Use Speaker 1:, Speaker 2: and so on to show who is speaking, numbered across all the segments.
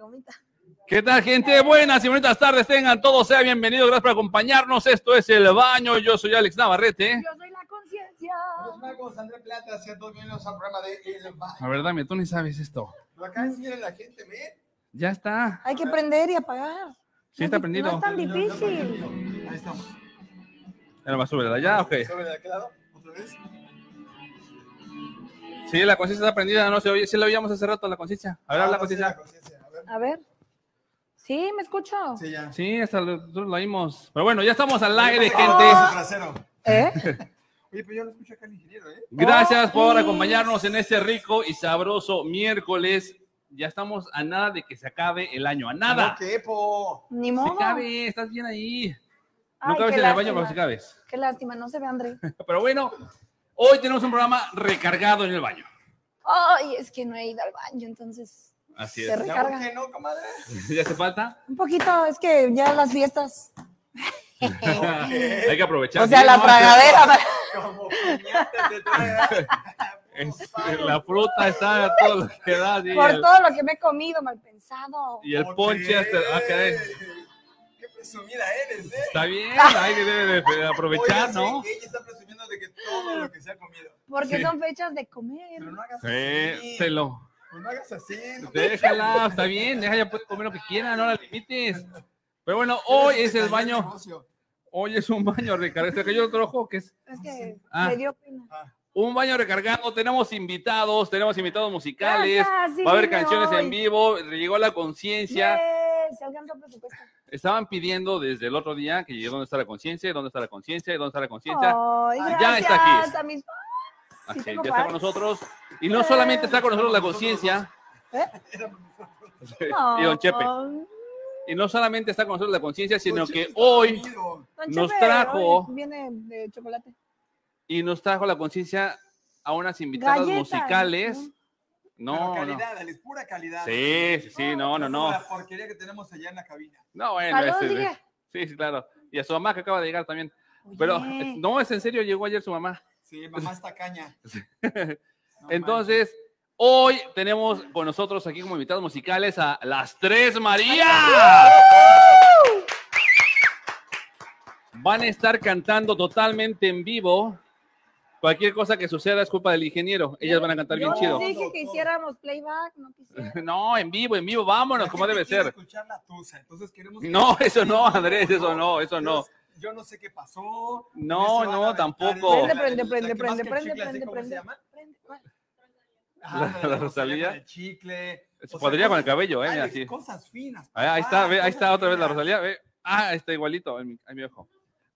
Speaker 1: gomita.
Speaker 2: ¿Qué tal, gente? Buenas y bonitas tardes tengan todos. Sean bienvenidos. Gracias por acompañarnos. Esto es El Baño. Yo soy Alex Navarrete.
Speaker 1: Yo soy la conciencia.
Speaker 3: Los magos André Plata, haciendo bienvenidos al programa de El
Speaker 2: La
Speaker 3: Baño.
Speaker 2: verdad, me, tú ni sabes esto.
Speaker 3: Lo acá miren la gente, ¿ven?
Speaker 2: Ya está.
Speaker 1: Hay que prender y apagar.
Speaker 2: Sí, está
Speaker 1: No es- No
Speaker 2: prendido.
Speaker 1: es tan difícil.
Speaker 3: Ahí estamos.
Speaker 2: Ya nomás súbela. Ya, Ah, ok.
Speaker 3: ¿Sobre de aquel lado? ¿Otra vez?
Speaker 2: Sí, la conciencia está prendida. No se oye. Sí, la oíamos hace rato, la conciencia. A ver, habla,
Speaker 3: Ah,
Speaker 1: pues
Speaker 3: no, sí,
Speaker 2: conciencia.
Speaker 3: conciencia. A ver.
Speaker 1: A ver. Sí, me escucho.
Speaker 3: Sí, ya.
Speaker 2: Sí, hasta lo- nosotros la oímos. Pero bueno, ya estamos al aire, gente.
Speaker 3: Ah, su trasero.
Speaker 1: ¿Eh?
Speaker 3: Oye, pero yo no escucho acá al ingeniero, ¿eh?
Speaker 2: Gracias por
Speaker 1: Ay.
Speaker 2: acompañarnos en este rico y sabroso miércoles. Ya estamos a nada de que se acabe el año. A nada.
Speaker 3: No, qué, po.
Speaker 1: Ni
Speaker 2: Se
Speaker 1: modo.
Speaker 2: cabe, estás bien ahí. No
Speaker 1: Ay,
Speaker 2: cabes
Speaker 1: qué
Speaker 2: en el baño,
Speaker 1: lástima.
Speaker 2: pero sí cabes.
Speaker 1: Qué lástima, no se ve André.
Speaker 2: Pero bueno, hoy tenemos un programa recargado en el baño.
Speaker 1: Ay, es que no he ido al baño, entonces.
Speaker 2: Así
Speaker 1: Se
Speaker 2: es.
Speaker 3: Ya
Speaker 1: Recarga.
Speaker 3: urge, ¿no, comadre?
Speaker 2: ¿Ya hace falta?
Speaker 1: Un poquito, es que ya las fiestas.
Speaker 2: Hay que aprovechar.
Speaker 1: o sea,
Speaker 2: Sí,
Speaker 1: la
Speaker 2: no,
Speaker 1: tragadera.
Speaker 3: Como piñata te trae.
Speaker 2: este, la fruta está a todo lo que da. sí, y
Speaker 1: Por
Speaker 2: el-
Speaker 1: todo lo que me he comido, mal pensado.
Speaker 2: Y el
Speaker 3: Ok.
Speaker 2: ponche hasta... ah, caray.
Speaker 3: Qué presumida eres, ¿eh?
Speaker 2: Está bien,
Speaker 1: Ah.
Speaker 2: hay que debe de aprovechar,
Speaker 3: Oye, sí,
Speaker 2: ¿no?
Speaker 3: que Ella está presumiendo de que todo lo que se ha comido.
Speaker 1: Porque
Speaker 2: Sí.
Speaker 1: son fechas de comer.
Speaker 3: Pero no hagas
Speaker 2: Sí,
Speaker 3: así.
Speaker 2: te lo...
Speaker 3: Pues no hagas así. no te-
Speaker 2: Déjala, está bien, déjala, ya puede comer lo que quiera, no la limites. Pero bueno, hoy es el baño,
Speaker 3: Negocio.
Speaker 2: hoy es un baño recargado. Este que yo otro juego que es
Speaker 1: Es que
Speaker 2: Ah.
Speaker 1: me dio pena.
Speaker 2: un baño recargado. Tenemos invitados, tenemos invitados musicales,
Speaker 1: Gracias, Ah, sí,
Speaker 2: va a haber
Speaker 1: vine
Speaker 2: canciones en
Speaker 1: hoy.
Speaker 2: vivo. Llegó la conciencia.
Speaker 1: Se alcanza presupuesto.
Speaker 2: Estaban pidiendo desde el otro día que dónde está la conciencia, dónde está la conciencia, dónde está la conciencia.
Speaker 1: Ay,
Speaker 2: Ya
Speaker 1: gracias
Speaker 2: está aquí.
Speaker 1: a mis fans.
Speaker 2: Así,
Speaker 1: Oh, Sí
Speaker 2: ya
Speaker 1: tengo
Speaker 2: está con
Speaker 1: fans.
Speaker 2: nosotros. Y no solamente está con nosotros la conciencia. Y eh, don Chepe.
Speaker 1: Don
Speaker 2: Y no solamente está con nosotros la conciencia, sino
Speaker 3: Oye,
Speaker 2: que
Speaker 3: está
Speaker 2: hoy
Speaker 3: dormido.
Speaker 2: Nos
Speaker 1: Chepe
Speaker 2: trajo-
Speaker 1: hoy Viene de chocolate.
Speaker 2: y nos trajo la conciencia a unas invitadas
Speaker 1: Galletas,
Speaker 2: musicales. No,
Speaker 3: Pero
Speaker 2: no.
Speaker 3: calidad, Alex, pura calidad.
Speaker 2: Sí, sí, sí, no, no,
Speaker 3: Como
Speaker 2: no.
Speaker 3: La porquería que tenemos allá en la cabina.
Speaker 2: No, bueno,
Speaker 1: Saludos,
Speaker 2: este,
Speaker 1: dije.
Speaker 2: sí, sí, claro. Y a su mamá que acaba de llegar también. Pero
Speaker 1: Oye,
Speaker 2: eh, no, es en serio, llegó ayer su mamá.
Speaker 3: Sí, mamá está caña. No
Speaker 2: Entonces, hoy tenemos con nosotros aquí como invitados musicales a las tres Marías. Van a estar cantando totalmente en vivo. Cualquier cosa que suceda es culpa del ingeniero. Ellas van a cantar bien
Speaker 1: yo
Speaker 2: chido.
Speaker 1: les dije que hiciéramos playback, no quisieron.
Speaker 2: No, en vivo, en vivo,
Speaker 3: manches.
Speaker 2: vámonos,
Speaker 3: La
Speaker 2: como
Speaker 3: gente
Speaker 2: debe
Speaker 3: quiere
Speaker 2: ser.
Speaker 3: escuchar la tusa, entonces queremos que-
Speaker 2: No, eso no, Andrés, eso no, eso
Speaker 3: Yo
Speaker 2: no.
Speaker 3: Yo no sé qué pasó.
Speaker 2: No,
Speaker 3: se van a
Speaker 2: no,
Speaker 3: aventar
Speaker 2: tampoco.
Speaker 3: en la- la-
Speaker 1: Prende, prende,
Speaker 3: la que más
Speaker 1: prende,
Speaker 3: que
Speaker 1: prende,
Speaker 3: chicle, ¿sí?
Speaker 1: prende,
Speaker 3: ¿Cómo
Speaker 1: prende.
Speaker 3: se llama?
Speaker 1: Prende, bueno,
Speaker 3: Ah,
Speaker 2: La- la
Speaker 3: Rosalía con
Speaker 2: Rosalía.
Speaker 3: el chicle. O sea,
Speaker 2: Podría con el
Speaker 3: cosas-
Speaker 2: cabello, ¿eh?
Speaker 3: Alex,
Speaker 2: Así.
Speaker 3: Cosas finas.
Speaker 2: Ahí, ahí
Speaker 3: papá,
Speaker 2: está, ve, ahí
Speaker 3: cosas
Speaker 2: está otra vez la
Speaker 3: finas.
Speaker 2: Rosalía. ve. Ah, está igualito en mi, en mi ojo.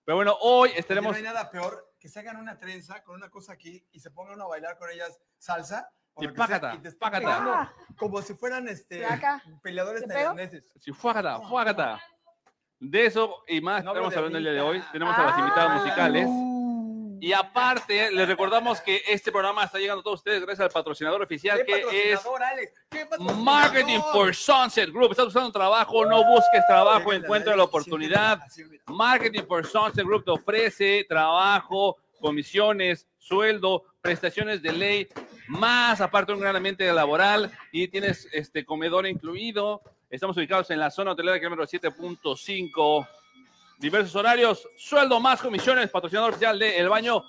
Speaker 2: Pero bueno, hoy
Speaker 3: Oye,
Speaker 2: estaremos.
Speaker 3: No hay nada peor que se hagan una trenza con una cosa aquí y se pongan a bailar con ellas salsa. o
Speaker 2: Y
Speaker 3: lo que sea,
Speaker 2: págata,
Speaker 3: te están
Speaker 2: págata.
Speaker 3: pegando
Speaker 1: Ah.
Speaker 3: Como si fueran este,
Speaker 1: Placa.
Speaker 3: peleadores
Speaker 1: ¿Te pego?
Speaker 3: tailandeses.
Speaker 2: Sí, fuágata, fuágata. De eso y más
Speaker 3: No hablo
Speaker 2: estaremos
Speaker 3: de
Speaker 2: hablando el día de
Speaker 3: Anita.
Speaker 2: hoy. Tenemos a las invitadas
Speaker 1: Ah.
Speaker 2: musicales.
Speaker 3: Uh.
Speaker 2: Y aparte, les recordamos que este programa está llegando a todos ustedes gracias al patrocinador oficial
Speaker 3: ¿Qué
Speaker 2: que es
Speaker 3: patrocinador, Alex? ¿Qué patrocinador?
Speaker 2: Marketing for Sunset Group. Estás buscando trabajo, no busques trabajo,
Speaker 3: Llega
Speaker 2: encuentra
Speaker 3: Alex,
Speaker 2: la oportunidad.
Speaker 3: siente la pasión,
Speaker 2: Marketing for Sunset Group te ofrece trabajo, comisiones, sueldo, prestaciones de ley, más aparte un gran ambiente laboral y tienes este comedor incluido. Estamos ubicados en la zona hotelera kilómetro 7.5. Diversos horarios, sueldo más comisiones, patrocinador oficial de El Baño,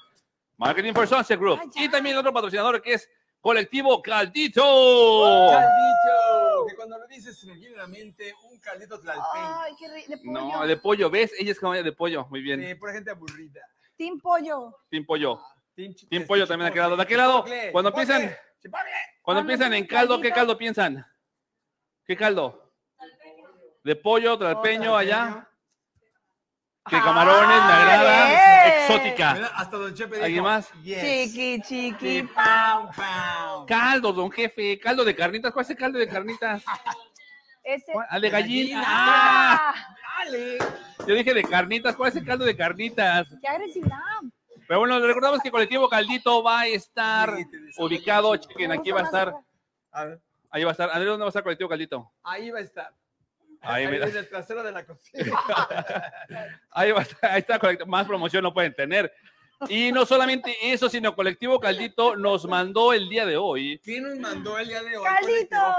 Speaker 2: Marketing for Sunset Group.
Speaker 1: Ay, ya.
Speaker 2: Y también otro patrocinador que es Colectivo Caldito.
Speaker 3: mira. Ya has dicho que cuando lo dices tranquilamente, un caldito tlalpeño.
Speaker 1: Ay, qué rico. De pollo.
Speaker 2: No, de pollo, ¿ves? Ella es cabaña de pollo, muy bien.
Speaker 3: Sí, pura gente eh, aburrida. este
Speaker 1: Team pollo.
Speaker 2: Sin pollo.
Speaker 3: Team,
Speaker 2: Team pollo también ha quedado. ¿De qué lado? Cuando empiezan- Cuando
Speaker 1: Ah, no,
Speaker 2: piensan
Speaker 1: sí,
Speaker 2: en caldo, ¿qué
Speaker 1: caldito.
Speaker 2: caldo piensan? ¿Qué caldo? De pollo,
Speaker 3: Oh,
Speaker 2: tralpeño, allá. Que camarones, me
Speaker 1: Ah,
Speaker 2: agrada.
Speaker 1: bien.
Speaker 2: Exótica.
Speaker 3: Mira, hasta Don Chepe
Speaker 2: ¿Alguien
Speaker 3: dijo,
Speaker 2: más?
Speaker 3: yes.
Speaker 1: Chiqui,
Speaker 3: Y
Speaker 1: chiqui.
Speaker 3: pam, pam.
Speaker 2: Caldo, don jefe. Caldo de carnitas. ¿Cuál es el caldo de carnitas?
Speaker 1: Ese.
Speaker 2: ¿Cuál? Al de
Speaker 3: De
Speaker 2: gallina.
Speaker 3: gallina.
Speaker 2: ¡Ah!
Speaker 3: Dale.
Speaker 2: Yo dije de carnitas. ¿Cuál es el caldo de carnitas?
Speaker 1: ¡Qué agresividad!
Speaker 2: Pero bueno, les recordamos que Colectivo Caldito va a estar
Speaker 3: Sí, te desarrollo
Speaker 2: ubicado.
Speaker 3: mucho.
Speaker 2: Chequen, aquí va a estar.
Speaker 3: A ver,
Speaker 2: Ahí va a estar. Andrés, ¿dónde va a estar Colectivo Caldito?
Speaker 3: ahí va a estar.
Speaker 2: Ahí, mira.
Speaker 3: en el trasero de la cocina.
Speaker 2: Ahí va a estar. Ahí está Colectivo. Más promoción no pueden tener. Y no solamente eso, sino Colectivo Caldito nos mandó el día de hoy,
Speaker 3: ¿Quién nos mandó el día de hoy?
Speaker 1: Caldito.
Speaker 3: Colectivo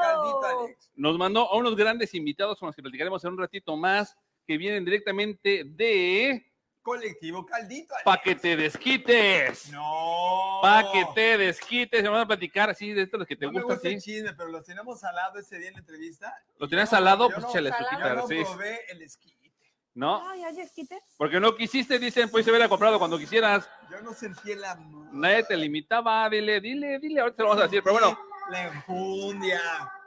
Speaker 3: Caldito, Alex.
Speaker 2: nos mandó a unos grandes invitados con los que platicaremos en un ratito más, que vienen directamente de
Speaker 3: Colectivo Caldito. Alex.
Speaker 2: Pa' que te desquites.
Speaker 3: No.
Speaker 2: Pa' que te desquites. Nos vamos a platicar así de estos los que te
Speaker 3: No me
Speaker 2: gustan,
Speaker 3: gusta el
Speaker 2: sí.
Speaker 3: chisme, pero los tenemos al lado ese día en la entrevista.
Speaker 2: Lo tenías al lado,
Speaker 3: Yo
Speaker 2: pues
Speaker 3: no-
Speaker 2: chale, su
Speaker 1: salado.
Speaker 3: Yo
Speaker 2: quitar,
Speaker 3: no
Speaker 2: sí.
Speaker 3: probé el esquite.
Speaker 2: No,
Speaker 1: Ay, ay, esquite.
Speaker 2: porque no quisiste, dicen, pues se hubiera comprado cuando quisieras.
Speaker 3: Yo no sentí el amor.
Speaker 2: Nadie te limitaba, dile, dile, dile, ahorita se lo vamos a decir, pero bueno,
Speaker 3: La enjundia.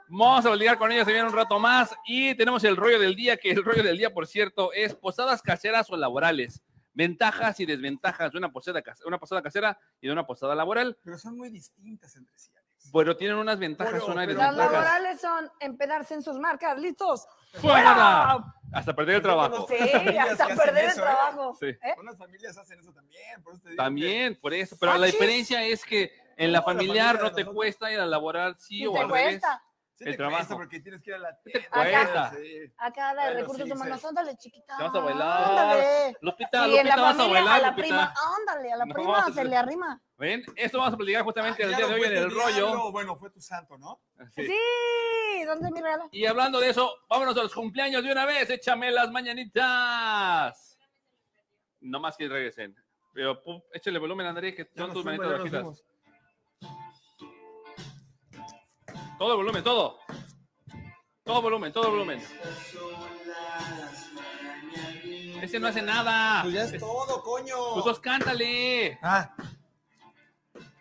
Speaker 2: vamos a platicar con ellos también un rato más y tenemos el rollo del día, que el rollo del día, por cierto, es posadas caseras o laborales, ventajas y desventajas de una posada, cas- una posada casera y de una posada laboral,
Speaker 3: Pero son muy distintas entre sí. Alex.
Speaker 2: pero tienen unas ventajas,
Speaker 3: Bueno,
Speaker 2: una
Speaker 3: pero-
Speaker 1: Las
Speaker 3: Las
Speaker 2: desventajas.
Speaker 1: laborales son empedarse en sus marcas, listos.
Speaker 2: ¡Fuera! Hasta perder el
Speaker 3: Yo
Speaker 2: trabajo.
Speaker 3: conozco unas
Speaker 1: Sí,
Speaker 3: familias
Speaker 1: hasta
Speaker 3: que hacen
Speaker 1: perder el
Speaker 3: eso, ¿eh?
Speaker 1: trabajo.
Speaker 2: Sí.
Speaker 1: ¿Eh?
Speaker 3: Unas familias hacen eso también. Por eso te digo
Speaker 2: También, por eso. Pero la
Speaker 1: Achis.
Speaker 2: diferencia es que en la
Speaker 3: No, la
Speaker 2: familiar no
Speaker 3: familia de
Speaker 2: te
Speaker 3: nosotros.
Speaker 2: cuesta ir a laborar, sí
Speaker 1: Y
Speaker 2: o
Speaker 1: te
Speaker 2: al revés.
Speaker 1: cuesta.
Speaker 3: que sí
Speaker 2: el
Speaker 3: te
Speaker 2: trabajo.
Speaker 3: cuesta porque tienes que ir a la tele,
Speaker 2: cuesta.
Speaker 3: sí.
Speaker 1: Acá la de
Speaker 3: Bueno,
Speaker 1: recursos
Speaker 3: sí,
Speaker 1: humanos,
Speaker 3: sí.
Speaker 1: ándale, chiquita.
Speaker 2: Te vas a bailar.
Speaker 1: Ándale.
Speaker 2: Lupita,
Speaker 1: y en la
Speaker 2: Lupita, vas a
Speaker 1: familia,
Speaker 2: bailar,
Speaker 1: la
Speaker 2: Lupita.
Speaker 1: prima, ándale, a la
Speaker 2: No,
Speaker 1: prima se
Speaker 2: sí.
Speaker 1: le arrima.
Speaker 2: ¿Ven? Esto vamos a platicar justamente
Speaker 3: Ah,
Speaker 2: el día
Speaker 3: claro,
Speaker 2: de hoy
Speaker 3: fue
Speaker 2: en
Speaker 3: tu
Speaker 2: el
Speaker 3: diablo,
Speaker 2: rollo.
Speaker 3: Bueno, fue tu santo, ¿no?
Speaker 2: Sí.
Speaker 1: Sí, ¿dónde es mi regalo?
Speaker 2: Y hablando de eso, vámonos a los cumpleaños de una vez. Échame las mañanitas. No más que regresen. Pero pum, échale volumen, Andrés, que
Speaker 3: Ya
Speaker 2: son
Speaker 3: nos
Speaker 2: tus
Speaker 3: fuimos,
Speaker 2: manitas
Speaker 3: ya nos
Speaker 2: bajitas.
Speaker 3: fuimos.
Speaker 2: Todo volumen, todo. Todo volumen, todo volumen. Ese Este no hace nada.
Speaker 3: Pues ya es
Speaker 2: Es-
Speaker 3: todo, coño.
Speaker 2: Pues dos, cántale.
Speaker 3: Ah,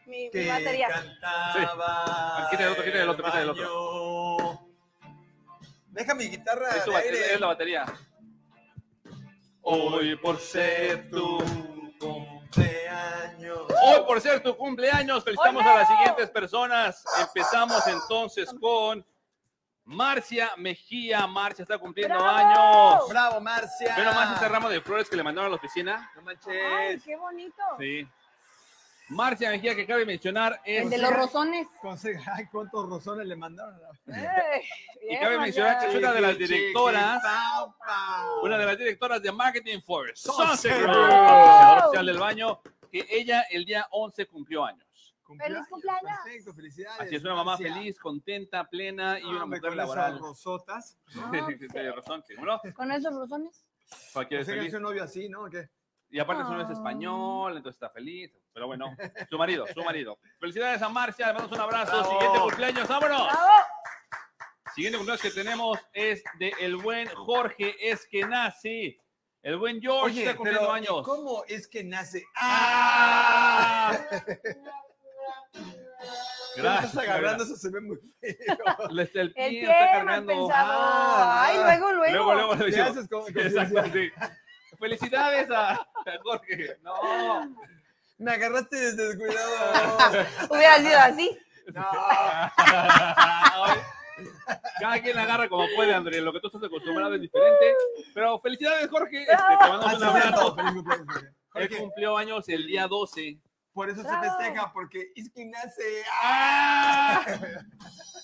Speaker 1: Mi, mi
Speaker 3: que
Speaker 1: batería.
Speaker 3: cantaba.
Speaker 2: Sí. Quita el otro, quita el otro, quita el
Speaker 3: otro. Deja mi guitarra.
Speaker 2: Es, tu
Speaker 3: de
Speaker 2: batería,
Speaker 3: aire.
Speaker 2: es la batería.
Speaker 3: Hoy por ser tu cumpleaños.
Speaker 2: Hoy, por ser tu cumpleaños, felicitamos
Speaker 1: ¡Olé!
Speaker 2: a las siguientes personas. Empezamos entonces con Marcia Mejía. Marcia está cumpliendo
Speaker 1: ¡Bravo!
Speaker 2: años.
Speaker 3: Bravo, Marcia.
Speaker 2: Ve nomás este ramo de flores que le mandaron a la oficina.
Speaker 3: No
Speaker 1: Ay,
Speaker 3: manches.
Speaker 1: qué bonito.
Speaker 2: Sí. Marcia Mejía, que cabe mencionar, es.
Speaker 1: El de los rozones.
Speaker 3: Conse- Ay, cuántos rosones le mandaron. a la-
Speaker 1: Eh,
Speaker 2: Y
Speaker 1: bien,
Speaker 2: cabe mencionar que es
Speaker 1: Maya.
Speaker 2: una de las directoras.
Speaker 3: Chiqui, pau,
Speaker 2: una de las directoras de Marketing for Sunset
Speaker 3: Sunset
Speaker 2: Group,
Speaker 3: Group.
Speaker 2: patrocinador oficial del baño, que ella el día 11 cumplió años.
Speaker 1: ¡Feliz cumpleaños!
Speaker 3: Perfecto, felicidades. Ah,
Speaker 2: Así es, una mamá
Speaker 3: Marcia.
Speaker 2: feliz, contenta, plena y una
Speaker 3: Hombre,
Speaker 2: mujer
Speaker 3: con esas
Speaker 2: laboral.
Speaker 3: rosotas.
Speaker 2: Sí, tiene razón, sí, ¿no?
Speaker 1: Ah, Con esos rozones.
Speaker 2: Cualquiera
Speaker 3: O
Speaker 2: es
Speaker 3: sea, que
Speaker 2: feliz.
Speaker 3: es un novio así, ¿no? ¿O qué?
Speaker 2: Y aparte su novio es
Speaker 1: Ah.
Speaker 2: español, entonces está feliz. Pero bueno, su marido, su marido. Felicidades a Marcia, le mandamos un abrazo.
Speaker 3: Bravo.
Speaker 2: Siguiente cumpleaños, vámonos.
Speaker 1: ¡Bravo!
Speaker 2: Siguiente cumpleaños que tenemos es de el buen Jorge Eskenazi. El buen George está cumpliendo
Speaker 3: pero, ¿y
Speaker 2: años.
Speaker 3: ¿cómo es que nace? Ah,
Speaker 2: ¡Ah!
Speaker 3: Pero
Speaker 2: Gracias.
Speaker 3: estás agarrando, eso se ve muy feo.
Speaker 2: Les- El pie,
Speaker 1: El pie,
Speaker 2: está
Speaker 1: mal
Speaker 2: cargando.
Speaker 1: pensado.
Speaker 3: Ah,
Speaker 1: Ay, luego, luego.
Speaker 2: Luego, luego le
Speaker 3: ¿Qué
Speaker 2: decimos.
Speaker 3: haces con, con-
Speaker 2: Exacto, sí. Felicidades a, a Jorge. No.
Speaker 3: Me agarraste descuidado.
Speaker 1: Hubiera sido así.
Speaker 2: Ay. Cada quien la agarra como puede, André. Lo que tú estás acostumbrado es diferente. Pero felicidades, Jorge. Este,
Speaker 1: Ah.
Speaker 2: te mandamos un abrazo. Él
Speaker 3: Porque
Speaker 2: cumplió años el día 12.
Speaker 3: por eso se
Speaker 1: Bravo.
Speaker 3: festeja, porque es que nace.
Speaker 2: ¡Ah!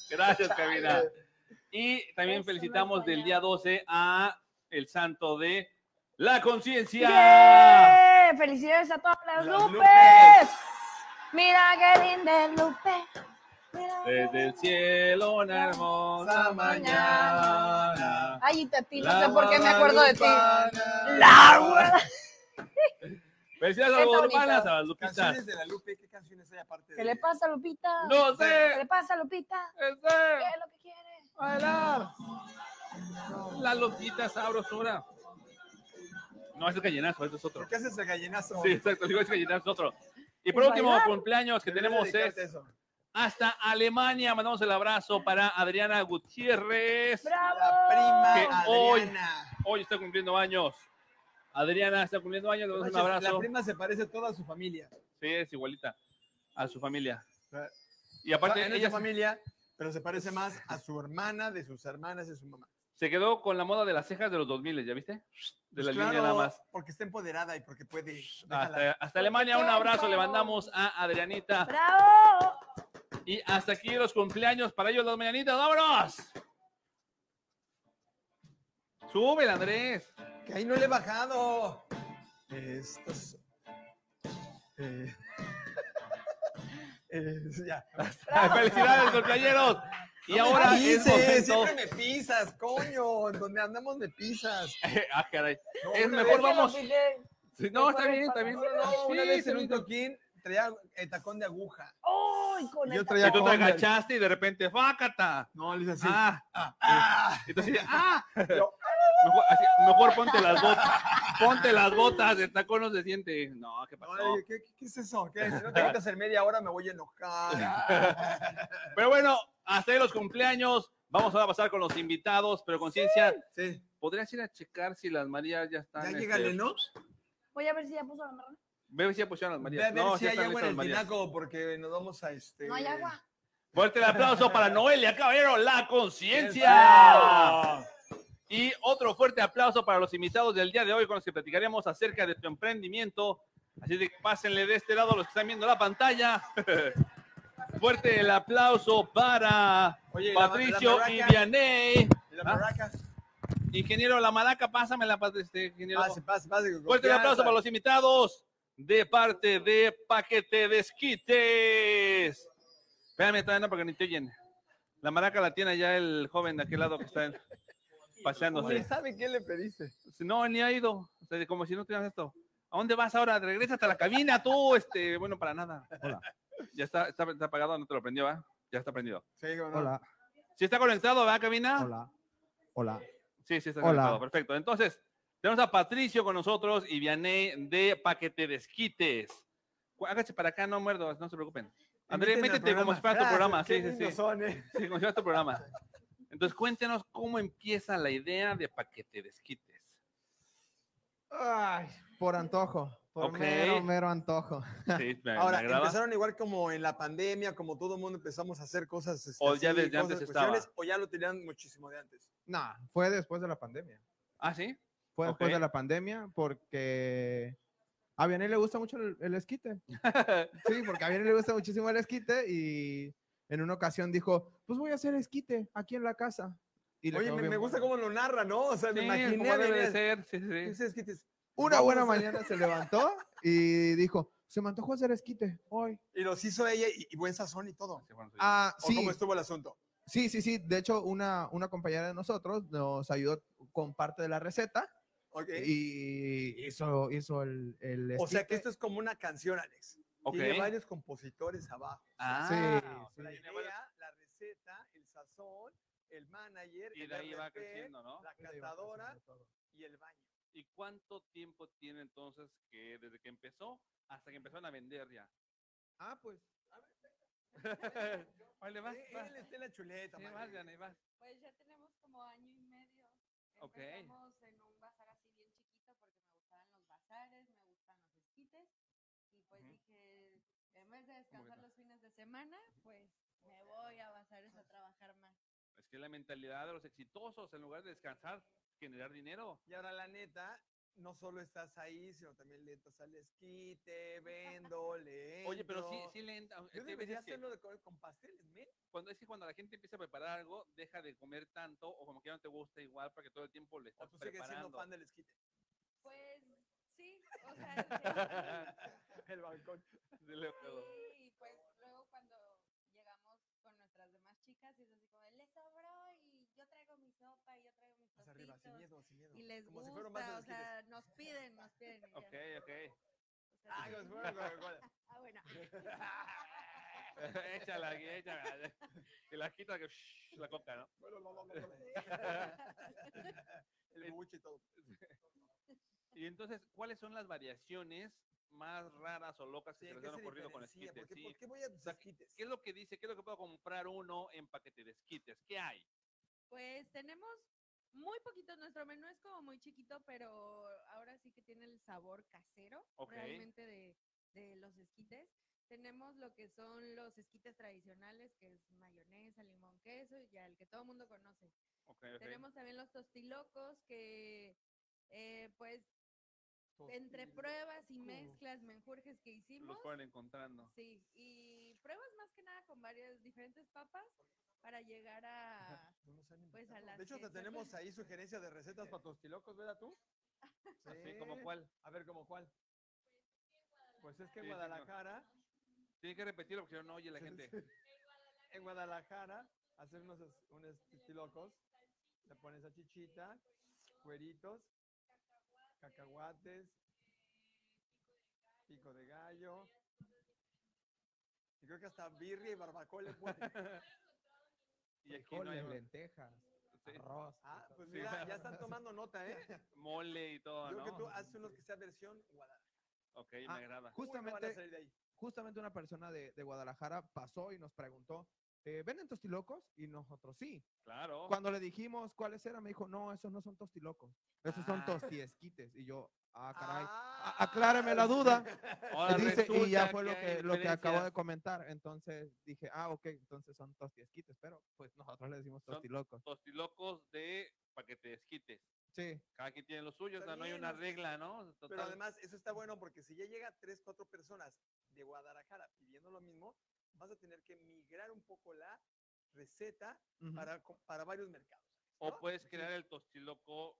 Speaker 2: Gracias, Camila. Y también
Speaker 1: Eso
Speaker 2: felicitamos
Speaker 1: no es
Speaker 2: del día 12 a el santo de la conciencia.
Speaker 1: ¡Bien! ¡Felicidades a todas las,
Speaker 3: Las
Speaker 1: Lupes!
Speaker 3: Lupes.
Speaker 1: Mira qué linda es Lupe. Mira qué
Speaker 2: Desde el cielo una hermosa mañana.
Speaker 1: Ay, Tati, no
Speaker 2: La
Speaker 1: sé por qué me acuerdo de ti.
Speaker 3: Guadalupana.
Speaker 1: La Guada-
Speaker 2: Felicidades a
Speaker 1: Qué
Speaker 2: las guadalupanas,
Speaker 1: bonito.
Speaker 2: a las lupitas.
Speaker 3: Canciones de la Lupe, ¿qué canciones hay aparte?
Speaker 1: ¿Qué
Speaker 3: de-
Speaker 1: le pasa, Lupita?
Speaker 2: No
Speaker 1: ¿Qué
Speaker 2: sé,
Speaker 1: le pasa, Lupita? ¿Qué
Speaker 2: sé,
Speaker 1: es lo que quiere?
Speaker 2: bailar. La lupita sabrosura. No, ese es gallinazo, ese es otro.
Speaker 3: ¿Qué haces el gallinazo?
Speaker 2: Sí, exacto, digo, ese gallinazo es otro. Y por
Speaker 1: ¿Y
Speaker 2: último,
Speaker 1: bailar?
Speaker 2: cumpleaños que
Speaker 3: Deberías
Speaker 2: tenemos es
Speaker 3: dedicarte a eso.
Speaker 2: hasta Alemania. Mandamos el abrazo para Adriana Gutiérrez.
Speaker 1: ¡Bravo!
Speaker 3: La
Speaker 2: Que
Speaker 3: prima
Speaker 2: hoy-
Speaker 3: Adriana.
Speaker 2: Hoy está cumpliendo años. Adriana está cumpliendo años. Le damos un
Speaker 3: La
Speaker 2: abrazo.
Speaker 3: prima se parece a toda su familia.
Speaker 2: Sí, es igualita a su familia.
Speaker 3: Sí.
Speaker 2: Y aparte,
Speaker 3: O sea, no es
Speaker 2: ella
Speaker 3: su Ah, familia, pero se parece más a su hermana, de sus hermanas, de su mamá.
Speaker 2: se quedó con la moda de las cejas de los 2000, ¿ya viste? De
Speaker 3: Pues
Speaker 2: la línea
Speaker 3: claro,
Speaker 2: nada más. Ah,
Speaker 3: Porque está empoderada y porque puede. déjala.
Speaker 2: Hasta, hasta Alemania, un abrazo le mandamos a Adrianita.
Speaker 1: ¡Bravo!
Speaker 2: Y hasta aquí los cumpleaños para ellos, las mañanitas. ¡Vámonos! Súbele, Andrés.
Speaker 3: Que ahí no le he bajado. Estos. Eh, eh, ya.
Speaker 2: ¡Felicidades, compañeros! Y
Speaker 3: No me
Speaker 2: ahora es
Speaker 3: pises,
Speaker 2: momento.
Speaker 3: Siempre me pisas, coño. En donde andamos me pisas.
Speaker 2: ah, caray.
Speaker 3: No,
Speaker 2: es
Speaker 3: una
Speaker 2: mejor
Speaker 3: vez-
Speaker 2: vamos.
Speaker 1: que los DJ
Speaker 2: Sí, No, está bien, está bien.
Speaker 3: No, no, no, una
Speaker 2: Sí,
Speaker 3: vez
Speaker 2: se
Speaker 3: en
Speaker 2: lo
Speaker 3: un
Speaker 2: hizo.
Speaker 3: toquín traía el tacón de aguja.
Speaker 1: ¡Ay, con
Speaker 3: Yo
Speaker 1: el
Speaker 3: traía-
Speaker 2: Y tú te
Speaker 3: Hombre.
Speaker 2: agachaste y de repente, ¡fácata!
Speaker 3: No, le hice así.
Speaker 2: Ah,
Speaker 3: Ah,
Speaker 2: entonces, ah,
Speaker 3: Yo-
Speaker 2: mejor, así, mejor ponte las botas, ponte las botas, el tacón no se siente. No, ¿qué pasó?
Speaker 3: Ay, ¿qué, qué- qué es eso? ¿Qué? Si no te quitas en media hora me voy a enojar.
Speaker 2: Pero bueno, hasta ahí los cumpleaños. Vamos ahora a pasar con los invitados, pero conciencia,
Speaker 3: Sí.
Speaker 2: podrías ir a checar si las Marías ya están.
Speaker 3: Ya
Speaker 2: este,
Speaker 3: llegale, ¿no?
Speaker 1: Voy a ver si ya puso la marrana.
Speaker 2: Ve si ya pusieron las
Speaker 3: Ve
Speaker 2: Marías.
Speaker 3: a ver
Speaker 2: No,
Speaker 3: si
Speaker 2: ya
Speaker 3: hay
Speaker 2: están
Speaker 3: agua en
Speaker 2: listas las
Speaker 3: el
Speaker 2: Marías.
Speaker 3: tinaco, porque nos vamos a este.
Speaker 1: No hay agua.
Speaker 2: Fuerte el aplauso para Noelia Caballero, la conciencia.
Speaker 3: ¡Ciencia!
Speaker 2: Y otro fuerte aplauso para los invitados del día de hoy con los que platicaremos acerca de tu emprendimiento. Así de que pásenle de este lado a los que están viendo la pantalla. Fuerte el aplauso para
Speaker 3: Oye, la-
Speaker 2: Patricio
Speaker 3: la maraca.
Speaker 2: y Vianey.
Speaker 3: La
Speaker 2: Ah.
Speaker 3: maraca.
Speaker 2: Ingeniero La Maraca, pásamela, pa- este, ingeniero.
Speaker 3: Pase, pase, pase. con
Speaker 2: Fuerte el aplauso
Speaker 3: confianza.
Speaker 2: para los invitados de parte de Paquete de Esquites. Espérame, todavía no, porque ni te oyen. La maraca la tiene ya el joven de aquel lado que está
Speaker 3: Oye,
Speaker 2: paseándose.
Speaker 3: ¿sabe qué le pediste?
Speaker 2: No, ni ha ido. O sea, como si no tuvieras esto. ¿A dónde vas ahora? Regresa hasta la cabina, tú. Este, bueno, para nada. Hola. Ya está, está, está apagado, no te lo prendió, ¿va? Ya está prendido.
Speaker 3: Sí, cómo no.
Speaker 4: Hola,
Speaker 2: ¿Sí está conectado, va, cabina?
Speaker 4: hola, hola.
Speaker 2: Sí, sí, está
Speaker 4: Hola.
Speaker 2: conectado. Perfecto. Entonces, tenemos a Patricio con nosotros y Vianey de Paquete Desquites. Cu- Hágase para acá, no muerdo, no se preocupen. André,
Speaker 3: Inviten al
Speaker 2: métete como si fuera tu programa.
Speaker 3: Gracias,
Speaker 2: Sí,
Speaker 3: qué
Speaker 2: sí,
Speaker 3: lindos
Speaker 2: sí.
Speaker 3: son, eh.
Speaker 2: Sí, como si fuera tu programa. Entonces, cuéntenos cómo empieza la idea de Paquete Desquites.
Speaker 4: Ay, por antojo, por
Speaker 2: Ok.
Speaker 4: mero, mero antojo.
Speaker 2: Sí, me, me
Speaker 3: Ahora,
Speaker 2: agrada.
Speaker 3: empezaron igual como en la pandemia, como todo el mundo empezamos a hacer cosas. este,
Speaker 2: O ya
Speaker 3: así,
Speaker 2: desde antes
Speaker 3: cosas
Speaker 2: estaba.
Speaker 3: especiales, O ya lo tenían muchísimo de antes.
Speaker 4: Nah, fue después de la pandemia.
Speaker 2: Ah, sí.
Speaker 4: Fue después
Speaker 2: Ok.
Speaker 4: de la pandemia porque a Vianey le gusta mucho el, el esquite. Sí, porque a Vianey le gusta muchísimo el esquite y en una ocasión dijo, pues voy a hacer esquite aquí en la casa. Y le
Speaker 3: Oye,
Speaker 4: quedó
Speaker 3: me,
Speaker 4: bien
Speaker 3: me gusta
Speaker 4: bueno.
Speaker 3: cómo lo narra, ¿no? O sea,
Speaker 2: Sí,
Speaker 3: me
Speaker 2: como
Speaker 3: imaginé a
Speaker 2: debe de
Speaker 3: Daniel.
Speaker 2: ser. Sí, sí, sí.
Speaker 3: Dices que te-
Speaker 4: Una buena
Speaker 3: Vamos a-
Speaker 4: mañana se levantó y dijo, se me antojó hacer esquite hoy.
Speaker 3: Y los hizo ella y, y buen sazón y todo.
Speaker 2: Sí, bueno, sí.
Speaker 4: Ah,
Speaker 3: ¿O
Speaker 4: sí.
Speaker 3: cómo estuvo el asunto?
Speaker 4: Sí, sí, sí. De hecho, una, una compañera de nosotros nos ayudó con parte de la receta
Speaker 3: Ok.
Speaker 4: y hizo, hizo el, el
Speaker 3: o sea que
Speaker 4: esquite.
Speaker 3: esto es como una canción, Alex.
Speaker 2: Ok.
Speaker 3: Tiene varios compositores abajo.
Speaker 2: Ah,
Speaker 4: Sí,
Speaker 2: o sea,
Speaker 3: La
Speaker 2: tiene
Speaker 3: idea,
Speaker 2: varios-
Speaker 3: la receta, el sazón, el manager,
Speaker 2: Y
Speaker 3: el
Speaker 2: de ahí va
Speaker 3: RP,
Speaker 2: creciendo, ¿no?
Speaker 3: la cantadora y el baño.
Speaker 2: ¿Y cuánto tiempo tiene entonces que desde que empezó hasta que empezaron a vender ya?
Speaker 4: Ah, pues.
Speaker 2: Vale, vas,
Speaker 3: Eh,
Speaker 2: vas.
Speaker 3: Él está en la chuleta,
Speaker 2: Sí,
Speaker 3: madre.
Speaker 2: vas, Diana, y vas.
Speaker 1: Pues ya tenemos como año y medio.
Speaker 2: Ok.
Speaker 1: Empezamos en un bazar así bien chiquito porque me gustaban los bazares, me gustan los esquites. Y pues
Speaker 2: Ujú.
Speaker 1: dije, en vez de descansar
Speaker 2: no?
Speaker 1: los fines de semana, pues me voy a bazares a trabajar más.
Speaker 2: Es que la mentalidad de los exitosos, en lugar de descansar, generar dinero.
Speaker 3: Y ahora la neta, no solo estás ahí, sino también le entras al esquite, vendo, le
Speaker 2: Oye, pero sí,
Speaker 3: entro.
Speaker 2: sí le entra- es que
Speaker 3: Eh, Yo
Speaker 2: hay
Speaker 3: debería
Speaker 2: veces que
Speaker 3: hacerlo de comer con pasteles, men.
Speaker 2: cuando es que cuando la gente empieza a preparar algo, deja de comer tanto o como que ya no te gusta igual porque todo el tiempo le
Speaker 3: O
Speaker 2: estás
Speaker 3: tú sigues siendo
Speaker 2: preparando.
Speaker 3: fan del esquite.
Speaker 1: Pues sí, o sea,
Speaker 3: El balcón.
Speaker 2: De luego,
Speaker 1: sí,
Speaker 2: luego.
Speaker 1: sí, y pues luego cuando llegamos con nuestras demás chicas, y es así como, les sobró y yo traigo mi sopa y yo traigo mis
Speaker 3: Más arriba, sin
Speaker 1: tostitos.
Speaker 3: miedo, sin miedo.
Speaker 1: Y les
Speaker 3: Como si
Speaker 1: gusta,
Speaker 3: fueran vasos de
Speaker 1: o
Speaker 3: esquites.
Speaker 1: sea, nos piden, nos piden. y ya.
Speaker 2: Ok, ok.
Speaker 3: Ah, como si fueran Coca-Cola.
Speaker 1: Ah, bueno.
Speaker 2: échala, aquí, échala. Te la quita que shh, la coca, ¿no?
Speaker 3: Bueno, no, no, no, no. El buche y todo.
Speaker 2: Y entonces, ¿cuáles son las variaciones más raras o locas que
Speaker 3: Sí,
Speaker 2: se les
Speaker 3: ¿en qué
Speaker 2: han
Speaker 3: se
Speaker 2: ocurrido con
Speaker 3: diferencia?
Speaker 2: esquites?
Speaker 3: ¿Por qué,
Speaker 2: Sí.
Speaker 3: por qué voy a tus
Speaker 2: sea,
Speaker 3: esquites?
Speaker 2: ¿Qué es lo que dice? ¿Qué es lo que puedo comprar uno en paquete de esquites? ¿Qué hay?
Speaker 1: Pues tenemos muy poquito, nuestro menú es como muy chiquito, pero ahora sí que tiene el sabor casero
Speaker 2: Ok.
Speaker 1: realmente de, de los esquites. Tenemos lo que son los esquites tradicionales, que es mayonesa, limón, queso, y ya el que todo el mundo conoce.
Speaker 2: Ok, ok.
Speaker 1: Tenemos también los tostilocos, que eh, pues entre
Speaker 3: Tostilocos.
Speaker 1: pruebas y mezclas, menjurjes que hicimos,
Speaker 2: Los pueden encontrando.
Speaker 1: Sí, y pruebas más que nada con varias diferentes papas para llegar a...
Speaker 3: No nos han
Speaker 1: Pues, a
Speaker 3: invitado.
Speaker 1: las
Speaker 3: De hecho,
Speaker 1: que
Speaker 3: te
Speaker 1: se
Speaker 3: tenemos
Speaker 1: pueden-
Speaker 3: ahí sugerencias de recetas para tostilocos, ¿verdad tú?
Speaker 2: Así como
Speaker 3: Sí.
Speaker 2: cuál.
Speaker 3: A ver, ¿como cuál? Pues es que en
Speaker 2: Sí, sí, no.
Speaker 3: Guadalajara,
Speaker 2: Tiene que repetirlo porque si no, no oye la gente.
Speaker 3: en Guadalajara, hacer unos, es- unos chichilocos, le pones a chichita, cueritos, cacahuates, pico de gallo, y creo que hasta birria y barbacoa le pones.
Speaker 2: Y aquí no hay
Speaker 4: Frijoles, pues, lentejas,
Speaker 2: sí,
Speaker 4: arroz.
Speaker 3: Ah, pues
Speaker 2: Sí.
Speaker 3: mira, ya están tomando nota, ¿eh?
Speaker 2: mole y todo,
Speaker 3: Yo creo
Speaker 2: ¿no?
Speaker 3: que tú haces unos que sea versión Guadalajara.
Speaker 2: Ok,
Speaker 4: Ah,
Speaker 2: me agrada.
Speaker 3: Uy, no van a
Speaker 4: Justamente,
Speaker 3: salir de ahí.
Speaker 4: justamente una persona de, de Guadalajara pasó y nos preguntó, eh, ¿venden tostilocos? Y nosotros sí.
Speaker 2: Claro.
Speaker 4: Cuando le dijimos cuáles eran, me dijo, no, esos no son tostilocos, esos son
Speaker 2: Ah.
Speaker 4: tostiesquites. Y yo, ah, caray.
Speaker 3: Ah,
Speaker 4: acláreme la duda.
Speaker 2: Ahora
Speaker 4: Y dice, y ya
Speaker 2: resulta
Speaker 4: fue lo
Speaker 2: hay
Speaker 4: que, lo que acabo
Speaker 2: diferencia.
Speaker 4: de comentar. Entonces dije, ah, ok, entonces son tostiesquites, pero pues nosotros le decimos
Speaker 2: Son-
Speaker 4: tostilocos.
Speaker 2: Tostilocos de para que te desquites.
Speaker 4: Sí,
Speaker 2: Cada quien tiene lo suyo, o
Speaker 3: Está
Speaker 2: sea, no hay
Speaker 3: bien,
Speaker 2: una
Speaker 3: no-
Speaker 2: regla, ¿no? Total.
Speaker 3: Pero además, eso está bueno porque si ya llega tres, cuatro personas de Guadalajara pidiendo lo mismo, vas a tener que migrar un poco la receta
Speaker 4: ujú.
Speaker 3: para, co- para varios mercados.
Speaker 2: o
Speaker 3: ¿no?
Speaker 2: puedes crear el tostiloco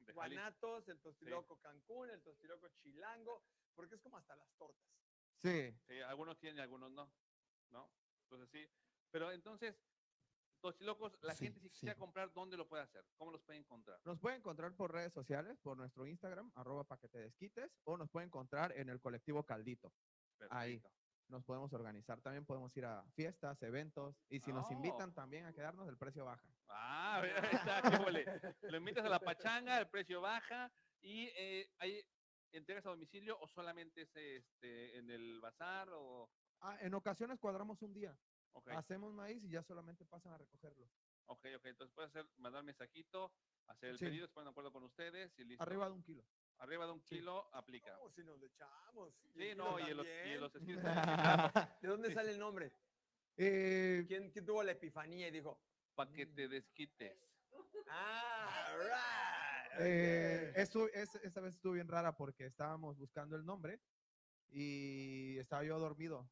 Speaker 2: de Jalisco.
Speaker 3: Guanatos, el tostiloco Cancún, el tostiloco Chilango, porque es como hasta las tortas.
Speaker 4: sí.
Speaker 2: Sí, Eh, algunos tienen y algunos no. ¿No? Entonces sí. Pero entonces, tostilocos, la
Speaker 4: Sí,
Speaker 2: gente si
Speaker 4: sí.
Speaker 2: quisiera comprar, ¿dónde lo puede hacer? ¿Cómo los puede encontrar?
Speaker 4: Nos puede encontrar por redes sociales, por nuestro Instagram, arroba para que te desquites, o nos puede encontrar en el colectivo Caldito. Ahí.
Speaker 2: Perfecto.
Speaker 4: Nos podemos organizar, también podemos ir a fiestas, eventos, y si nos invitan
Speaker 2: Oh.
Speaker 4: también a quedarnos, el precio baja.
Speaker 2: Ah, ahí está, qué huele. Lo invitas a la pachanga, el precio baja y eh, ahí entregas a domicilio o solamente es este, en el bazar o...
Speaker 4: Ah, en ocasiones cuadramos un día,
Speaker 2: ok.
Speaker 4: hacemos maíz y ya solamente pasan a recogerlo.
Speaker 2: Ok, ok, entonces puedes hacer, mandar mensajito, hacer el
Speaker 4: Sí.
Speaker 2: pedido, se ponen de acuerdo con ustedes y listo.
Speaker 4: Arriba de un kilo.
Speaker 2: Arriba de un
Speaker 4: Sí.
Speaker 2: kilo, aplica.
Speaker 3: No, si nos lo echamos.
Speaker 2: Sí,
Speaker 3: el
Speaker 2: no,
Speaker 3: kilo
Speaker 2: y en los, y
Speaker 3: también.
Speaker 2: en los skills también, claro,
Speaker 3: ¿De dónde
Speaker 2: sí.
Speaker 3: sale el nombre?
Speaker 4: Eh,
Speaker 3: ¿Quién, quién tuvo la epifanía y dijo,
Speaker 2: para que te desquites.
Speaker 3: ah, right,
Speaker 4: Eh,
Speaker 3: ok"?
Speaker 4: estu- es- esta vez estuvo bien rara porque estábamos buscando el nombre y estaba yo dormido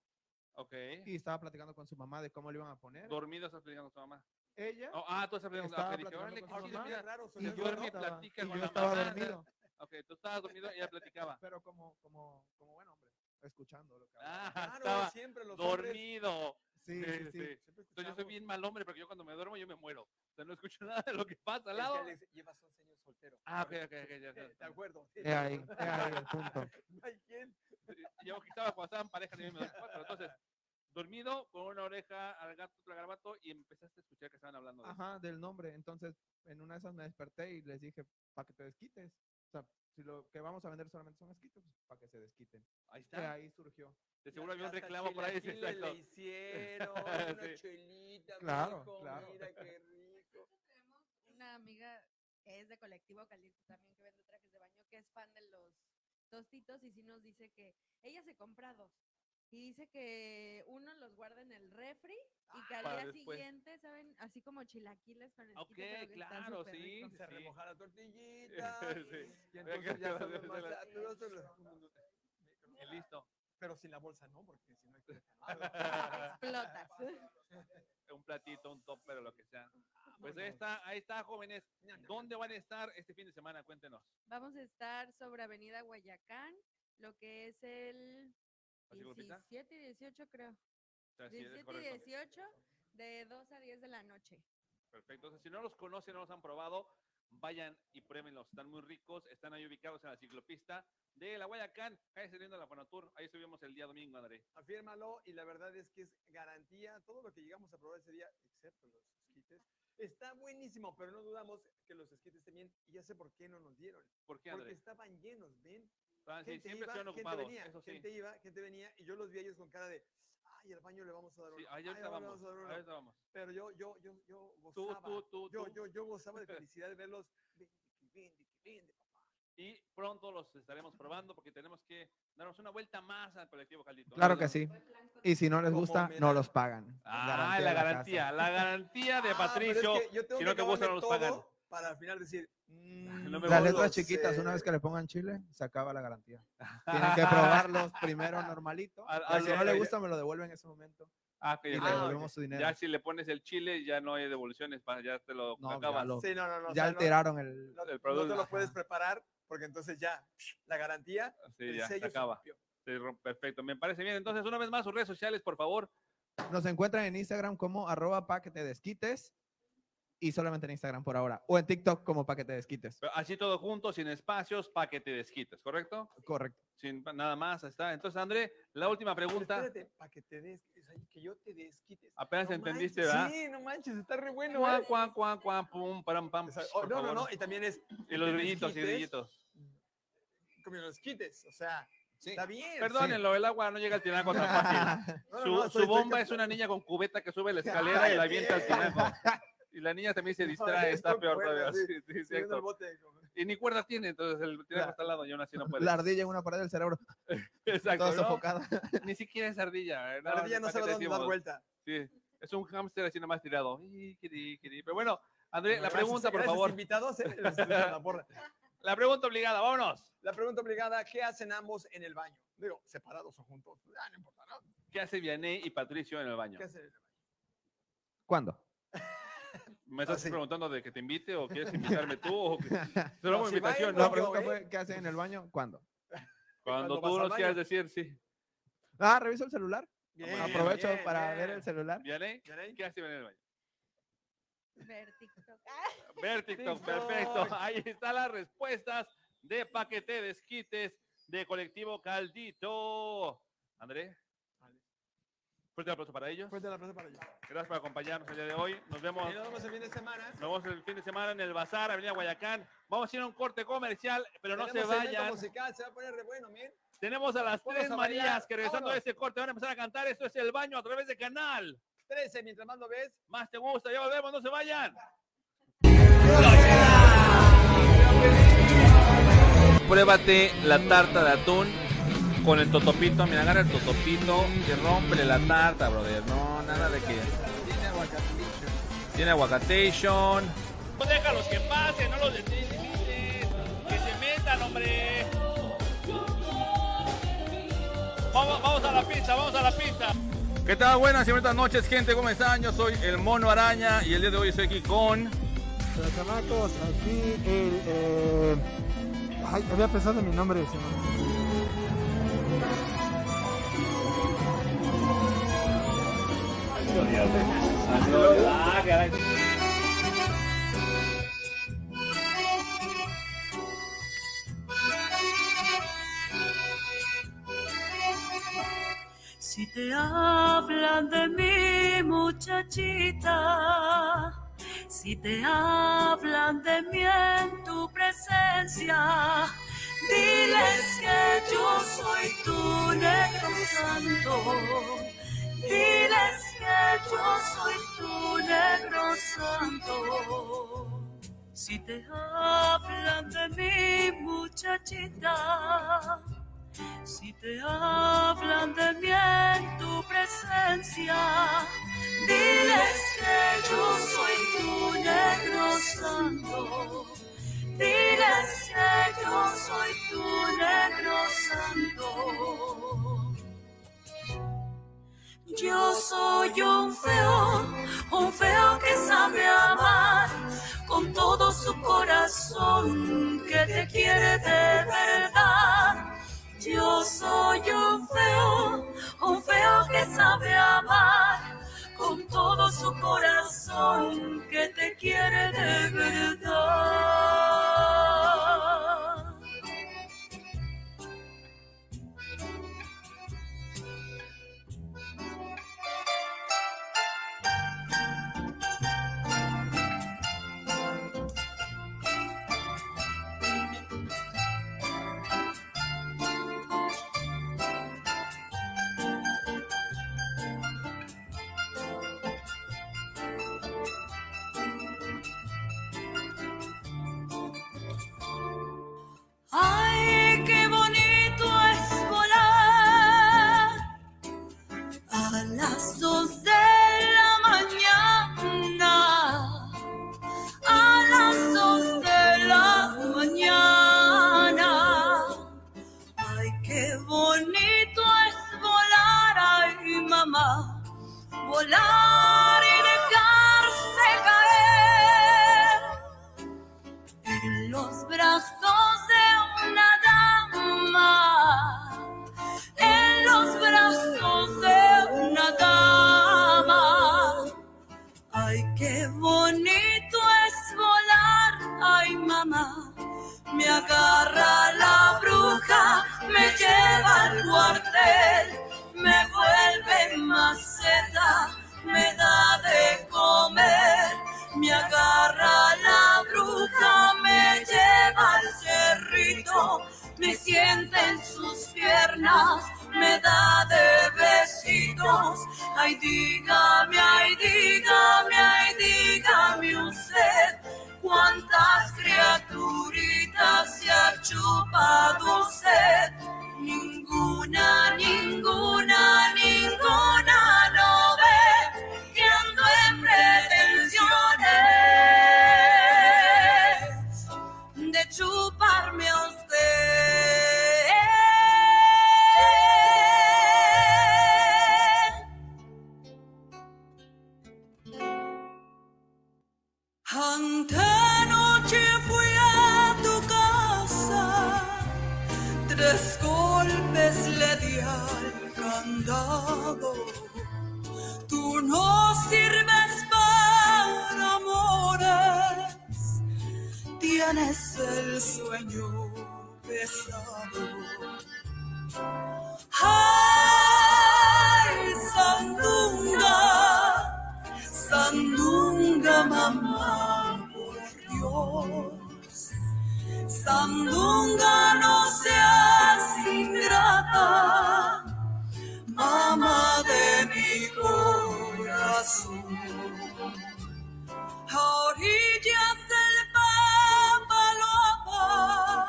Speaker 2: Ok.
Speaker 4: y estaba platicando con su mamá de cómo le iban a poner.
Speaker 2: Dormido estás platicando con tu mamá.
Speaker 4: ella
Speaker 2: Oh, ah, tú estás platicando
Speaker 4: Estaba
Speaker 2: ah, ok, dije,
Speaker 4: platicando
Speaker 2: órale,
Speaker 4: con
Speaker 2: qué
Speaker 4: su
Speaker 2: chido,
Speaker 4: mamá
Speaker 2: mira.
Speaker 3: raro,
Speaker 4: y
Speaker 3: sonó
Speaker 2: yo
Speaker 4: yo
Speaker 2: duerme y
Speaker 3: raro.
Speaker 4: estaba-
Speaker 2: platica
Speaker 4: y
Speaker 2: con
Speaker 4: yo
Speaker 2: la
Speaker 4: estaba
Speaker 2: mamá.
Speaker 4: dormido,
Speaker 2: Ok, tú estabas dormido y ella platicaba.
Speaker 4: pero como, como, como buen hombre, escuchando lo que hablaba.
Speaker 2: Ah,
Speaker 3: Claro,
Speaker 2: estaba
Speaker 3: siempre los hombres-
Speaker 2: dormido.
Speaker 4: Sí,
Speaker 2: sí,
Speaker 4: sí, sí.
Speaker 2: sí.
Speaker 3: siempre
Speaker 2: Entonces yo soy
Speaker 3: escuchamos.
Speaker 2: bien mal hombre porque yo cuando me duermo yo me muero. O sea, no escucho nada de lo que pasa al
Speaker 3: Es que
Speaker 2: lado.
Speaker 3: Alex, llevas 11 años soltero.
Speaker 2: Ah, ok,
Speaker 3: Por eso
Speaker 2: ok, ok, Eh, ya,
Speaker 3: te-
Speaker 2: ya,
Speaker 3: Te
Speaker 2: ya.
Speaker 3: acuerdo.
Speaker 4: He ahí, he ahí el punto.
Speaker 3: No hay quien.
Speaker 2: Yo estaba cuando estaban pareja también me dormí cuatro. Entonces, dormido con una oreja al gato, otra al garabato y empezaste a escuchar que estaban hablando de eso.
Speaker 4: Ajá, del nombre. Entonces, en una de esas me desperté y les dije, para que te desquites. O sea, si lo que vamos a vender solamente son esquites, para que se desquiten.
Speaker 2: Ahí
Speaker 4: Y
Speaker 2: está.
Speaker 4: ahí surgió.
Speaker 2: De seguro había un
Speaker 3: Hasta
Speaker 2: reclamo por ahí. sí, exacto.
Speaker 3: chilaquiles Le hicieron una
Speaker 2: Sí.
Speaker 3: chelita.
Speaker 4: Claro,
Speaker 3: mijo,
Speaker 4: claro.
Speaker 3: Mira qué rico.
Speaker 1: Tenemos una amiga que es de colectivo Caliente también que vende trajes de baño que es fan de los tostitos y sí nos dice que ella se compra dos y dice que uno los guarda en el refri y que al
Speaker 2: Para
Speaker 1: día
Speaker 2: después.
Speaker 1: siguiente saben así como chilaquiles con el
Speaker 2: Ah, pues. Ok, claro, sí.
Speaker 3: Se
Speaker 2: Sí.
Speaker 3: remoja la tortillita.
Speaker 2: Sí.
Speaker 3: Y entonces ya sabe más sabroso lo-
Speaker 2: Y listo.
Speaker 3: Pero sin la bolsa, ¿no? Porque si no hay que
Speaker 1: explotas
Speaker 2: Un platito, un topper o lo que sea. Pues ahí
Speaker 3: Vámonos.
Speaker 2: está, ahí está, jóvenes.
Speaker 3: Ña, ña, ña.
Speaker 2: ¿Dónde van a estar este fin de semana? Cuéntenos.
Speaker 1: vamos a estar sobre Avenida Guayacán lo que es el
Speaker 2: ¿Así, Lupita?
Speaker 1: 17 y 18 creo
Speaker 2: O sea, sí, es
Speaker 1: 17 y
Speaker 2: correcto.
Speaker 1: 18 de 2 a 10 de la noche
Speaker 2: Perfecto. Entonces, si no los conocen, no los han probado, vayan y pruébenlos. Están muy ricos. Están ahí ubicados en la ciclopista de la Guayacán. Ahí saliendo a la Fanatur. Ahí estuvimos el día domingo, André.
Speaker 3: Afírmalo y la verdad es que es garantía. Todo lo que llegamos a probar ese día, excepto los esquites, está buenísimo, pero no dudamos que los esquites estén bien. Y ya sé por qué no nos dieron.
Speaker 2: ¿Por qué,
Speaker 3: Porque
Speaker 2: André?
Speaker 3: estaban llenos, ven.
Speaker 2: Estaban- sí,
Speaker 3: Gente
Speaker 2: siempre
Speaker 3: iba,
Speaker 2: estuvieron
Speaker 3: gente
Speaker 2: ocupados.
Speaker 3: venía,
Speaker 2: eso sí.
Speaker 3: gente iba, gente venía, y yo los vi a ellos con cara de, ay, al baño le vamos a dar uno.
Speaker 2: Sí,
Speaker 3: ay,
Speaker 2: ahí ahorita
Speaker 3: ahora le
Speaker 2: vamos.
Speaker 3: a dar uno".
Speaker 2: Ahorita vamos.
Speaker 3: Pero yo, yo, yo, yo
Speaker 2: Tú,
Speaker 3: gozaba.
Speaker 2: tú, tú,
Speaker 3: yo,
Speaker 2: tú.
Speaker 3: yo, yo gozaba de felicidad de verlos. Vende, que vende, que vende, papá.
Speaker 2: Y pronto los estaremos probando porque tenemos que darnos una vuelta más al colectivo Caldito.
Speaker 4: Claro que
Speaker 2: Entonces,
Speaker 4: sí. Y si no les
Speaker 3: Como
Speaker 4: gusta,
Speaker 3: me
Speaker 4: no
Speaker 3: la-
Speaker 4: los pagan.
Speaker 2: Ah, la
Speaker 4: de casa.
Speaker 2: garantía, la garantía de
Speaker 3: Ah, pero es
Speaker 2: Patricio.
Speaker 3: que yo tengo
Speaker 2: si no
Speaker 3: que
Speaker 2: te gusta, no
Speaker 3: acabarme
Speaker 2: los pagan.
Speaker 3: todo Para al final decir, "Mm,
Speaker 2: No me gusta.
Speaker 4: Las
Speaker 3: lo
Speaker 4: letras chiquitas,
Speaker 3: sé".
Speaker 4: una vez
Speaker 2: eh.
Speaker 4: que le pongan chile, se acaba la garantía. Tienen que probarlos primero normalito.
Speaker 2: Al-
Speaker 4: y
Speaker 2: al-
Speaker 4: si no le
Speaker 2: al-
Speaker 4: gusta, me lo devuelven en ese momento.
Speaker 2: Ah, ok,
Speaker 4: Y
Speaker 2: ya,
Speaker 4: le
Speaker 2: te-
Speaker 4: devolvemos su dinero.
Speaker 2: ya si le pones el chile, ya no hay devoluciones, pa- ya te lo
Speaker 4: No,
Speaker 2: acabas.
Speaker 4: ya lo-
Speaker 3: Sí, no, no, no. o
Speaker 4: ya
Speaker 3: sea, no-
Speaker 4: alteraron el.
Speaker 3: no,
Speaker 2: el
Speaker 3: no te
Speaker 2: producto.
Speaker 3: lo puedes preparar porque entonces ya, la garantía,
Speaker 2: Sí,
Speaker 3: el
Speaker 2: ya se
Speaker 3: sello se
Speaker 2: acaba.
Speaker 3: rompió.
Speaker 2: Se rom- Perfecto, me parece bien. Entonces, una vez más, sus redes sociales, por favor.
Speaker 4: Nos encuentran en Instagram como arroba paquete desquites y solamente en Instagram por ahora. O en TikTok como paquete desquites.
Speaker 2: Pero Así todo junto, sin espacios, para que te desquites, ¿correcto?
Speaker 4: Correcto.
Speaker 2: Sin pa- nada más, ahí está. Entonces, André, la última pregunta.
Speaker 3: Espérate, para que te des, o sea, que yo te desquites.
Speaker 2: Apenas
Speaker 3: No
Speaker 2: entendiste,
Speaker 3: manches,
Speaker 2: ¿verdad?
Speaker 3: Sí, no manches, está re bueno.
Speaker 2: Cuá,
Speaker 3: ¿eh?
Speaker 2: cuá, cuá, cuá, pum, param, pam,
Speaker 3: O sea,
Speaker 2: psh,
Speaker 3: oh,
Speaker 2: por
Speaker 3: no, no,
Speaker 2: favor.
Speaker 3: no, y también es
Speaker 2: Y los
Speaker 3: te
Speaker 2: brillitos, y
Speaker 3: desquites.
Speaker 2: brillitos.
Speaker 3: como los quites, o sea, está bien.
Speaker 2: Perdónenlo, el agua no llega al tinaco tan fácil.
Speaker 3: No, no,
Speaker 2: Su,
Speaker 3: no,
Speaker 2: su
Speaker 3: estoy- estoy
Speaker 2: bomba es
Speaker 3: captando.
Speaker 2: una niña con cubeta que sube la escalera y la avienta al tinaco. Y la niña también se
Speaker 3: No,
Speaker 2: distrae,
Speaker 3: es
Speaker 2: está
Speaker 3: con
Speaker 2: peor
Speaker 3: cuerda,
Speaker 2: todavía.
Speaker 3: sí,
Speaker 2: Sí, sí,
Speaker 3: Estoy viendo el
Speaker 2: cierto.
Speaker 3: bote, como-
Speaker 2: Y ni cuerda tiene, entonces el tinaco
Speaker 4: La-
Speaker 2: está al lado y aún así no puede.
Speaker 4: La ardilla en una pared del cerebro,
Speaker 2: Exacto,
Speaker 4: toda
Speaker 2: ¿no?
Speaker 4: sofocada.
Speaker 2: Ni siquiera es ardilla. eh,
Speaker 3: La ardilla no
Speaker 2: ¿para qué
Speaker 3: sabe
Speaker 2: te
Speaker 3: dónde dar
Speaker 2: decimos?
Speaker 3: vuelta.
Speaker 2: Sí, es un hámster así nomás tirado. Iquiri, iquiri. Pero bueno, André, la
Speaker 3: Gracias,
Speaker 2: pregunta, por
Speaker 3: gracias,
Speaker 2: favor.
Speaker 3: invitados, eh, los escuchan la porra.
Speaker 2: La pregunta obligada, vámonos.
Speaker 3: La pregunta obligada, ¿qué hacen ambos en el baño? Digo, separados o juntos. Ah, no importa, ¿no?
Speaker 2: ¿Qué hace Vianney y Patricio en el baño?
Speaker 3: ¿Qué hacen en el baño?
Speaker 4: ¿Cuándo?
Speaker 2: ¿Me estás
Speaker 3: Así.
Speaker 2: preguntando de que te invite o quieres invitarme tú? O que... Te lo hago
Speaker 3: No, si va
Speaker 2: invitación, Pues
Speaker 3: él,
Speaker 2: ¿no?
Speaker 4: La
Speaker 3: Cuando,
Speaker 4: pregunta
Speaker 3: ¿eh?
Speaker 4: fue, ¿qué hacen en el baño? ¿Cuándo?
Speaker 2: Cuando
Speaker 3: cuando vas
Speaker 2: tú
Speaker 3: al
Speaker 2: nos quieras
Speaker 3: baño.
Speaker 2: decir, sí.
Speaker 4: Ah, reviso el celular.
Speaker 3: Bien,
Speaker 4: Aprovecho
Speaker 3: bien,
Speaker 4: para
Speaker 3: bien.
Speaker 4: ver el celular.
Speaker 2: ¿Vianney?
Speaker 3: ¿Vianney?
Speaker 2: ¿Qué hace Vianney en el baño?
Speaker 1: Ver TikTok. Ah,
Speaker 2: Ver TikTok,
Speaker 3: TikTok.
Speaker 2: perfecto. Ahí están las respuestas de Paquete Desquites de Colectivo Caldito. André. Fuerte aplauso para ellos.
Speaker 3: Fuerte el aplauso para ellos.
Speaker 2: Gracias por acompañarnos el día de hoy. Nos vemos.
Speaker 3: Y nos vemos el fin de semana.
Speaker 2: Nos vemos el fin de semana en el Bazar, Avenida Guayacán. Vamos a ir a un corte comercial, pero no se
Speaker 3: Tenemos segmento
Speaker 2: vayan.
Speaker 3: musical, se va a poner re bueno, miren.
Speaker 2: Tenemos a las
Speaker 3: Vamos
Speaker 2: tres
Speaker 3: a bailar,
Speaker 2: Marías que regresando de
Speaker 3: vámonos.
Speaker 2: este corte van a empezar a cantar. Esto es el baño a través de canal.
Speaker 3: 13, mientras más lo ves.
Speaker 2: Más te gusta, ya volvemos, no se vayan. Pruébate la tarta de atún con el totopito. Mira, agarra el totopito y rompe la tarta, brother. No, nada de que. Tiene aguacatation. No déjalos Pues que pasen, no los detienes. Que se metan, hombre. Vamos, vamos a la pista, vamos a la pista. ¿Qué tal? Buenas y buenas noches, gente. ¿Cómo están? Yo soy el Mono Araña y el día de hoy estoy aquí con...
Speaker 5: Pero chamacos, aquí el... eh, Ay, había pensado en mi nombre. se me-
Speaker 6: Si te hablan de mi muchachita, si te hablan de mí en tu presencia, diles que yo soy tu negro santo. Diles que yo soy tu negro santo. Si te hablan de mi muchachita, si te hablan de mí en tu presencia, diles que yo soy tu negro santo. Diles que yo soy tu negro santo. Yo soy un feo, un feo que sabe amar con todo su corazón, que te quiere de verdad. Yo soy un feo, un feo que sabe amar con todo su corazón, que te quiere de verdad. Ay, qué bonito es volar a las dos de la mañana. A las dos de la mañana. Ay, qué bonito es volar, ay, mamá. Volar y dejarse caer en los brazos de una dama, en sus piernas me da de besitos. Ay, dígame, ay, dígame, ay, dígame usted cuántas criaturitas se ha chupado usted. Ninguna, ninguna, ninguna no ve que ando en pretensiones de chuparme a usted. Antanoche fui a tu casa, tres golpes le di al candado. Tú no sirves para amores, tienes el sueño pesado. ¡Ay, Sandunga! Sandunga, mamá, por Dios. Sandunga, no seas ingrata, mamá de mi corazón. A orillas del Papaloapan,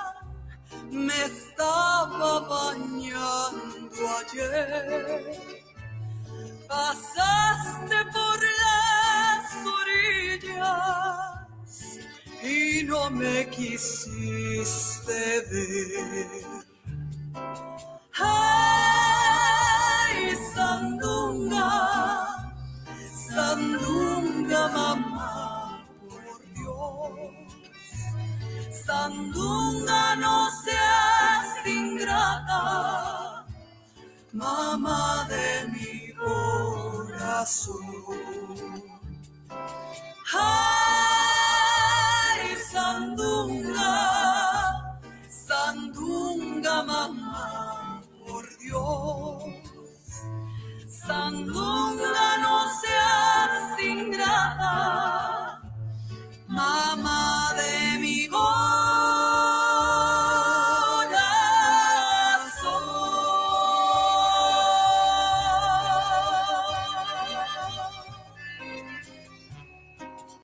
Speaker 6: me estaba bañando ayer. Pasaste por las orillas y no me quisiste ver. Ay, Sandunga, Sandunga, mamá, por Dios. Sandunga, no seas ingrata, mamá de mi corazón. Ay, Sandunga, Sandunga, mamá, por Dios. Sandunga.